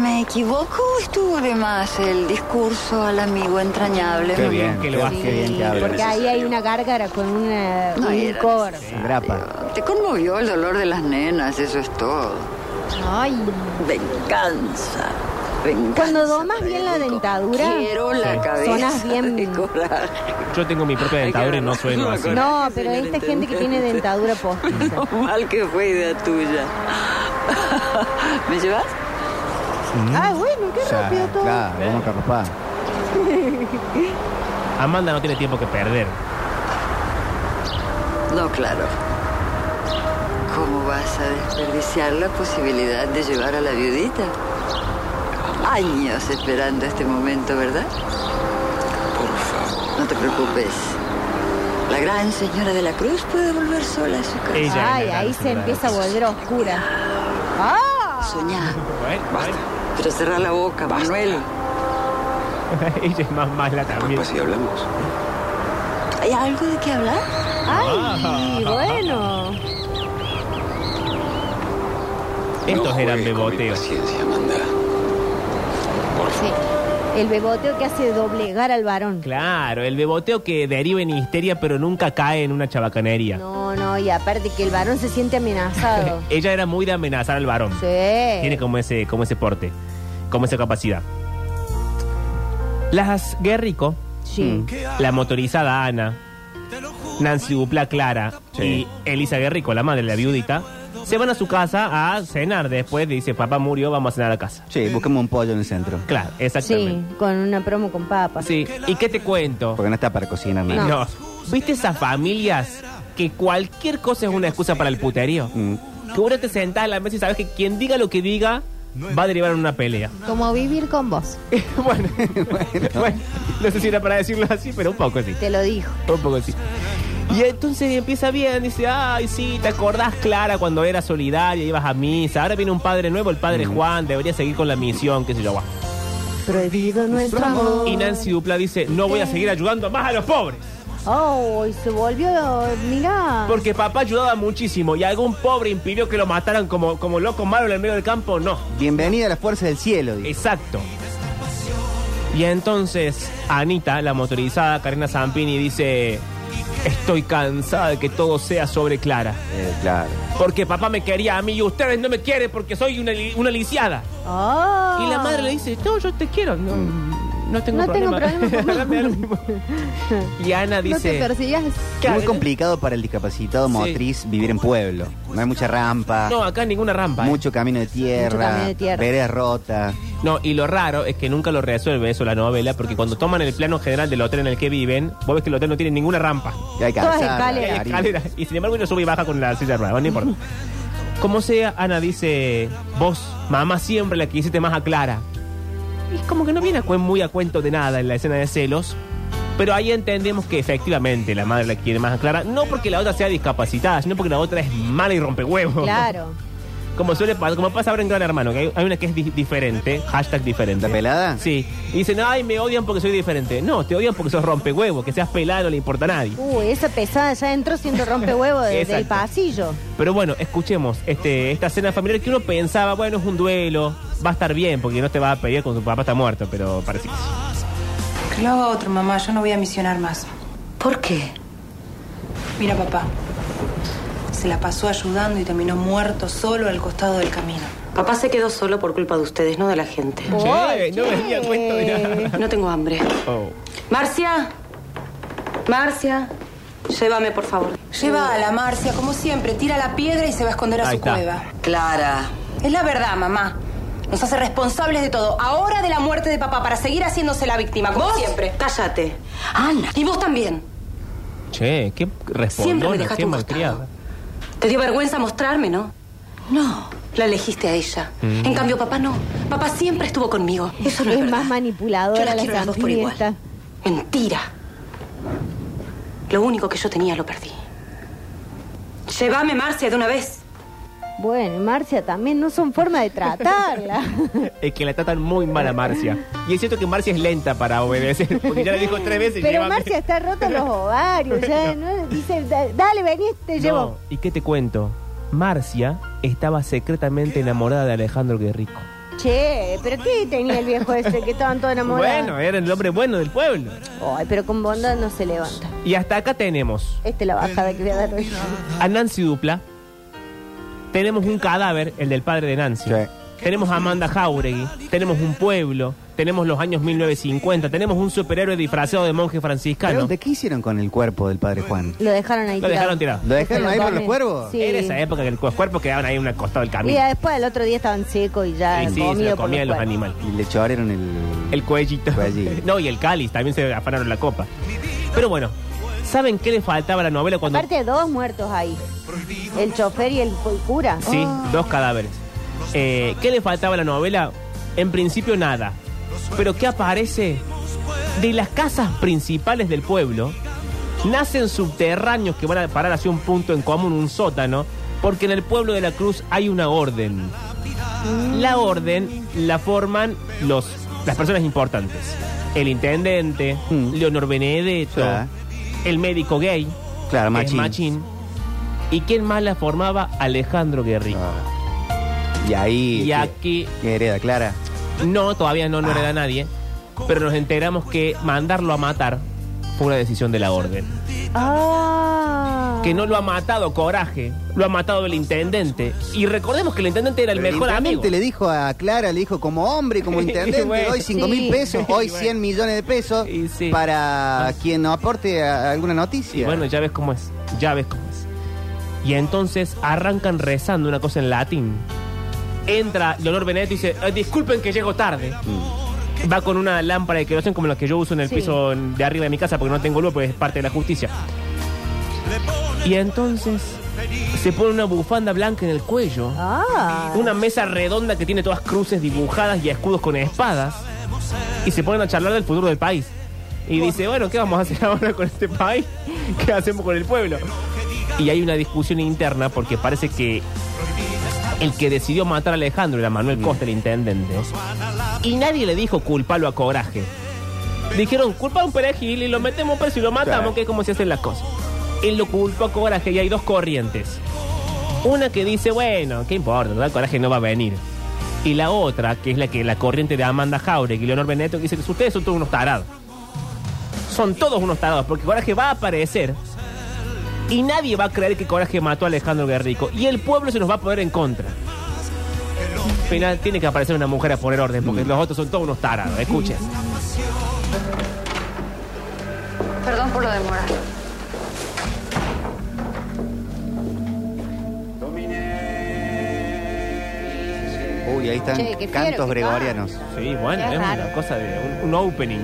¿Me equivoco o estuvo de más el discurso al amigo entrañable? Qué bien que que lo lo hace. Qué bien que Porque habla. ahí hay una gárgara con una, No un era cor. Grapa. Te conmovió el dolor de las nenas, eso es todo. Ay. ¿Mm? Venganza. Venganza. Cuando domas bien la dentadura, Quiero la Sí. cabeza sonas bien. Yo tengo mi propia dentadura y no sueno así. No, pero esta gente que tiene dentadura posta. [laughs] Menos mal que fue idea tuya. [laughs] ¿Me llevas? Ah, bueno, qué O sea, rápido todo. Claro, vamos a papá. Amanda no tiene tiempo que perder. No, claro. ¿Cómo vas a desperdiciar la posibilidad de llevar a la viudita? Años esperando este momento, ¿verdad? Por favor. No te preocupes. La gran señora de la Cruz puede volver sola a su casa. Ay, ahí se empieza a volver oscura. Soñá. Basta. Pero cerrá la boca, Manuel. [laughs] Ella es más mala también. Así hablamos. ¿Hay algo de qué hablar? Ay, Ah. bueno. Estos eran beboteos. Paciencia, Amanda. Por favor. El beboteo que hace doblegar al varón. Claro, el beboteo que deriva en histeria pero nunca cae en una chabacanería. No, no, y aparte que el varón se siente [laughs] amenazado. Ella era muy de amenazar al varón. Tiene Sí. como ese, como ese porte, como esa capacidad. Las Guerrico, Sí. la motorizada Ana, Nancy Dupla Clara y Elisa Guerrico, la madre de la viudita, se van a su casa a cenar después. Dice, papá murió, vamos a cenar a casa. Sí, busquemos un pollo en el centro. Claro, exactamente. Sí, con una promo con papas. Sí. ¿Y qué te cuento? Porque no está para cocinar nada. No. ¿Viste esas familias que cualquier cosa es una excusa para el puterío. Que vos te sentás en la mesa y sabes que quien diga lo que diga va a derivar en una pelea. [laughs] Como vivir con vos. bueno, [laughs] bueno, no sé si era para decirlo así, pero un poco así. Te lo dijo. Un poco así. Y entonces empieza bien, dice, ay, sí, ¿te acordás, Clara, cuando era solidaria, ibas a misa? Ahora viene un padre nuevo, el padre Juan, debería seguir con la misión, qué sé yo, guau. Prohibido nuestro amor. Y Nancy Dupla dice, no voy a seguir ayudando más a los pobres. Oh, y se volvió, mirá. Porque papá ayudaba muchísimo y algún pobre impidió que lo mataran como, como loco malo en el medio del campo, no. Bienvenida a las fuerzas del cielo. dijo. Exacto. Y entonces Anita, la motorizada, Karina Zampini, dice, estoy cansada de que todo sea sobre Clara. Eh, claro. Porque papá me quería a mí y ustedes no me quieren porque soy una, li- una lisiada. Oh. Y la madre le dice, no, yo te quiero. No, Mm. no tengo Ah. No tengo problema. [laughs] problema, papá. Me da lo mismo. [laughs] y Ana No te dice, persigas. [laughs] Es muy Claro. eh, complicado para el discapacitado motriz vivir en pueblo. No hay mucha rampa, no, acá ninguna rampa. ¿eh?". mucho camino de tierra, Mucho camino de tierra. veredas rotas. No, y lo raro es que nunca lo resuelve eso la novela, porque cuando toman el plano general del hotel en el que viven, vos ves que el hotel no tiene ninguna rampa. y hay Todas calzada, escaleras. cariño. Escalera. Y sin embargo uno sube y baja con la silla de ruedas, no importa. Como sea, Ana dice, vos, mamá, siempre la quisiste más a Clara. Y es como que no viene a cuen- muy a cuento de nada en la escena de celos. Pero ahí entendemos que efectivamente la madre la quiere más a Clara, no porque la otra sea discapacitada, sino porque la otra es mala y rompe huevos. Claro. [laughs] Como suele pasar, como pasa ahora en Gran Hermano, que hay, hay una que es di- diferente, hashtag diferente. ¿La pelada? Sí. Y dicen, ay, me odian porque soy diferente. No, te odian porque sos rompehuevo, que seas pelado no le importa a nadie. Uh, esa pesada ya entró siendo rompehuevo de- del Exacto. pasillo. Pero bueno, escuchemos este, esta cena familiar que uno pensaba, bueno, es un duelo, va a estar bien, porque no te va a pelear con tu papá está muerto, pero parece que sí. Que lo haga otro, mamá. Yo no voy a misionar más. ¿Por qué? Mira, papá. Se la pasó ayudando y terminó muerto solo al costado del camino. Papá se quedó solo por culpa de ustedes, no de la gente. Che, no venía a cuento de nada. No tengo hambre. Oh. Marcia, Marcia, llévame por favor. Lleva a la Marcia, como siempre, tira la piedra y se va a esconder a Ahí su está. cueva. Clara. Es la verdad, mamá. Nos hace responsables de todo. Ahora de la muerte de papá, para seguir haciéndose la víctima, como ¿Vos? siempre. Cállate. Ana. Y vos también. Che, qué Siempre me respondona, dejaste qué un malcriada. ¿Te dio vergüenza mostrarme, no? No. La elegiste a ella. Mm. En cambio, papá no. Papá siempre estuvo conmigo. Eso no es, es verdad. más manipuladora Yo las la quiero a las dos por igual. Zampini Mentira. Lo único que yo tenía lo perdí. Llévame, Marcia, de una vez. esta. Bueno, Marcia también no son forma de [laughs] tratarla. Es que la tratan muy mal a Marcia. Y es cierto que Marcia es lenta para obedecer, porque ya le dijo tres veces. Pero llévame. Marcia está rota los ovarios. Ya, ¿no? Dice, "Da- dale, vení, te No, llevo. ¿y qué te cuento? Marcia estaba secretamente enamorada de Alejandro Guerrico. Che, pero ¿qué tenía el viejo ese que estaban todos enamorados? Bueno, era el hombre bueno del pueblo. Ay, pero con bondad no se levanta. Y hasta acá tenemos Esta es la bajada que voy a dar hoy. a Nancy Dupla. Tenemos un cadáver, el del padre de Nancy. Tenemos a Amanda Jauregui. Tenemos un pueblo. Tenemos los años 1950. Tenemos un superhéroe disfrazado de monje Pero, franciscano. ¿De qué hicieron con el cuerpo del padre Juan? Lo dejaron ahí Lo dejaron tirado. ¿Lo dejaron Lo ahí por comen. los cuervos? Sí. Era esa época que los cuerpos quedaban ahí en un costado del Y camino. ya después, el otro día estaban secos y ya Y sí, se comido por lo los comían los cuervos. animales. Y le chorearon el... El cuellito. Cuellito. [laughs] No, y el cáliz, también se afanaron la copa. Pero bueno, ¿saben qué le faltaba a la novela cuando... Aparte, dos muertos ahí. El chofer y el, el cura. Sí, Oh. dos cadáveres. Eh, ¿Qué le faltaba a la novela? En principio nada. Pero ¿qué aparece? De las casas principales del pueblo, nacen subterráneos que van a parar hacia un punto en común, un sótano, porque en el pueblo de la Cruz hay una orden. La orden la forman los, las personas importantes. El intendente, Leonor Benedetto, Sí. el médico gay, Claro, el machín. machín. ¿Y quién más la formaba? Alejandro Guerrico. Ah. Y ahí... Y ¿qué- aquí, qué hereda Clara? no, todavía no, no Ah. hereda a nadie, pero nos enteramos que mandarlo a matar fue una decisión de la orden. Ah. Que no lo ha matado Coraje, lo ha matado el intendente. Y recordemos que el intendente era el Pero mejor intendente amigo. le dijo a Clara, le dijo como hombre, [laughs] como intendente, Bueno. hoy 5 mil Sí. pesos, [laughs] hoy 100 millones de pesos Y sí. Ah. para quien nos aporte a- alguna noticia. Y bueno, ya ves cómo es, ya ves cómo es. Y entonces arrancan rezando una cosa en latín. Entra Leonor Benedetto y dice, "Eh, disculpen que llego tarde. Va con una lámpara de queroseno como la que yo uso en el Sí. piso de arriba de mi casa porque no tengo luz, porque es parte de la justicia. Y entonces se pone una bufanda blanca en el cuello. Una mesa redonda que tiene todas cruces dibujadas y escudos con espadas. Y se ponen a charlar del futuro del país. Y dice, bueno, ¿qué vamos a hacer [laughs] ahora con este país? ¿Qué hacemos con el pueblo? Y hay una discusión interna porque parece que el que decidió matar a Alejandro era Manuel Costa, el intendente. Y nadie le dijo culpalo a coraje. Dijeron, culpa a un perejil y lo metemos preso y lo matamos, Claro. que es como se hacen las cosas. Él lo culpó a coraje y hay dos corrientes. Una que dice, bueno, ¿qué importa? ¿verdad? Coraje no va a venir. Y la otra, que es la que la corriente de Amanda Jauregui y Leonor Benedetto, que dice que ustedes son todos unos tarados. Son todos unos tarados, porque Coraje va a aparecer y nadie va a creer que Coraje mató a Alejandro Guerrico y el pueblo se nos va a poner en contra. Al final tiene que aparecer una mujer a poner orden, porque los otros son todos unos tarados, escuchen. Perdón por la demora. Uy, ahí están Che, qué fiero cantos que gregorianos. Sí, bueno, Qué es una raro. cosa de un, un opening.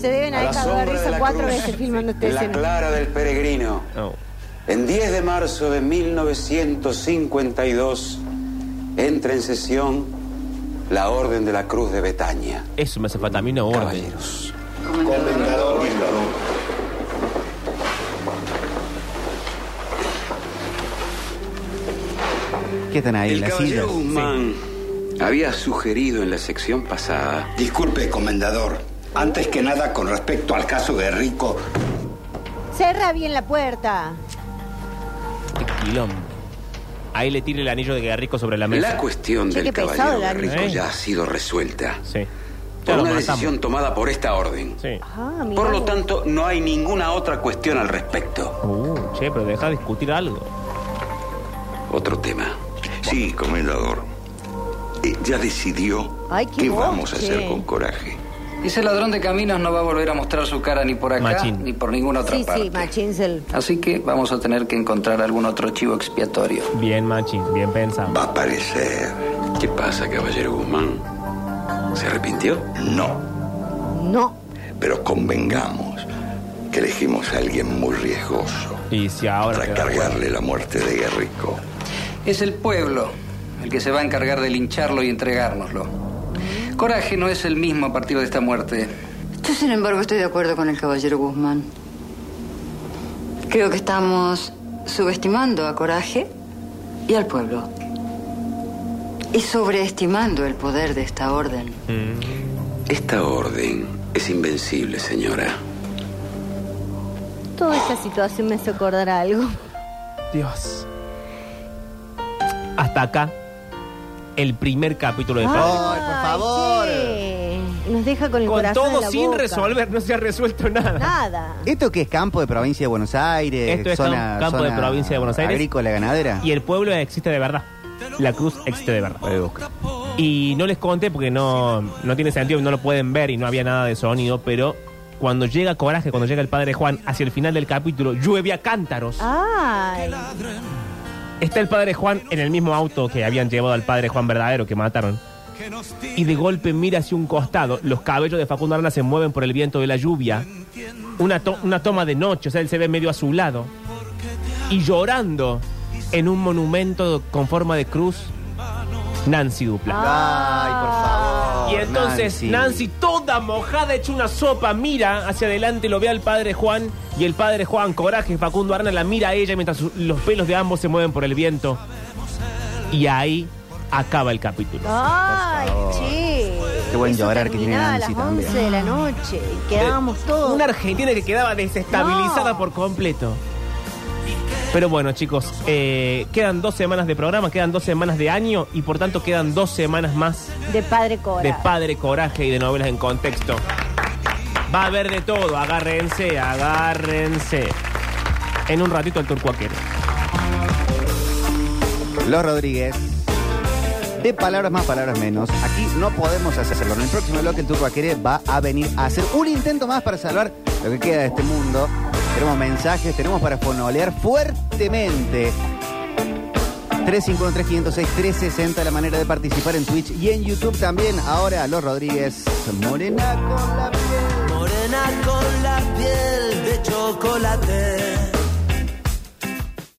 Se deben A haber la cagado de sombra de risa la cuatro cruz. veces filmando esta La escena. Clara del Peregrino. En 10 de marzo de 1952 entra en sesión la Orden de la Cruz de Betania. Eso me hace falta a mí no orden. ¿Qué están ahí? El Las caballero sillas. Guzmán había sugerido en la sección pasada. Disculpe, comendador. Antes que nada, con respecto al caso de Rico, Cerra bien la puerta. Quilombo. Ahí le tira el anillo de Guerrico sobre la mesa. La cuestión Che, qué del pesado caballero el Guerrico ánimo. ya ha sido resuelta. Ya Por lo una matamos. decisión tomada por esta orden. Ah, mirá Por lo vos. tanto, no hay ninguna otra cuestión al respecto. Uh, che, pero deja de discutir algo. Otro tema. Sí, comendador. Eh, ya decidió Ay, qué, qué boche. vamos a Eh. hacer con coraje. Ese ladrón de caminos no va a volver a mostrar su cara ni por acá Machín. ni por ninguna otra Sí, parte. sí, Machinsel. Así que vamos a tener que encontrar algún otro chivo expiatorio. Bien, Machi, bien pensado. Va a aparecer. ¿Qué pasa, caballero Guzmán? ¿Se arrepintió? No, No. pero convengamos que elegimos a alguien muy riesgoso y si ahora para cargarle la muerte de Guerrico. Es el pueblo el que se va a encargar de lincharlo y entregárnoslo. Coraje no es el mismo a partir de esta muerte. Yo, sin embargo, estoy de acuerdo con el caballero Guzmán. Creo que estamos subestimando a Coraje y al pueblo. Y sobreestimando el poder de esta orden. Esta orden es invencible, señora. Toda esta situación me hace acordar a algo. Dios. Hasta acá, el primer capítulo de Padre. Ay, favor. Nos deja con Ah, el Con corazón en todo la sin boca. resolver, no se ha resuelto nada. Nada. ¿Esto qué es campo de provincia de Buenos Aires? Esto es zona- un campo de zona provincia de Buenos Aires. Agrícola, ganadera. Y el pueblo existe de verdad. La cruz existe de verdad. Y no les conté porque no, no tiene sentido, no lo pueden ver y no había nada de sonido, pero cuando llega Coraje, cuando llega el padre Juan, hacia el final del capítulo, llueve a Ah. cántaros. Ay. Está el padre Juan en el mismo auto que habían llevado al padre Juan verdadero que mataron. Y de golpe mira hacia un costado. Los cabellos de Facundo Arana se mueven por el viento de la lluvia. Una, to- una toma de noche, o sea, él se ve medio azulado. Y llorando en un monumento con forma de cruz, Nancy Dupla. Ay, por favor. Y entonces Nancy. toda mojada, hecha una sopa, mira hacia adelante, lo ve al padre Juan. Y el padre Juan, coraje, Facundo Arana, la mira a ella mientras su- los pelos de ambos se mueven por el viento. Y ahí acaba el capítulo. Ay, che. Qué buen Eso llorar que tiene terminaba Nancy a las 11 de la noche. y Quedábamos todos. Una Argentina que quedaba desestabilizada por completo. Pero bueno, chicos, eh, quedan dos semanas de programa, quedan dos semanas de año y por tanto quedan dos semanas más De padre Cora. de Padre Coraje y de novelas en contexto. Va a haber de todo, agárrense, agárrense. En un ratito el turcuaquero. Los Rodríguez. De palabras más, palabras menos. Aquí no podemos hacerlo. En el próximo bloque, el Turco Aquere va a venir a hacer un intento más para salvar lo que queda de este mundo. Tenemos mensajes, tenemos para fonolear fuertemente. 351-3506-360, la manera de participar en Twitch y en YouTube también. Ahora, los Rodríguez Morena. Morena con la piel de chocolate.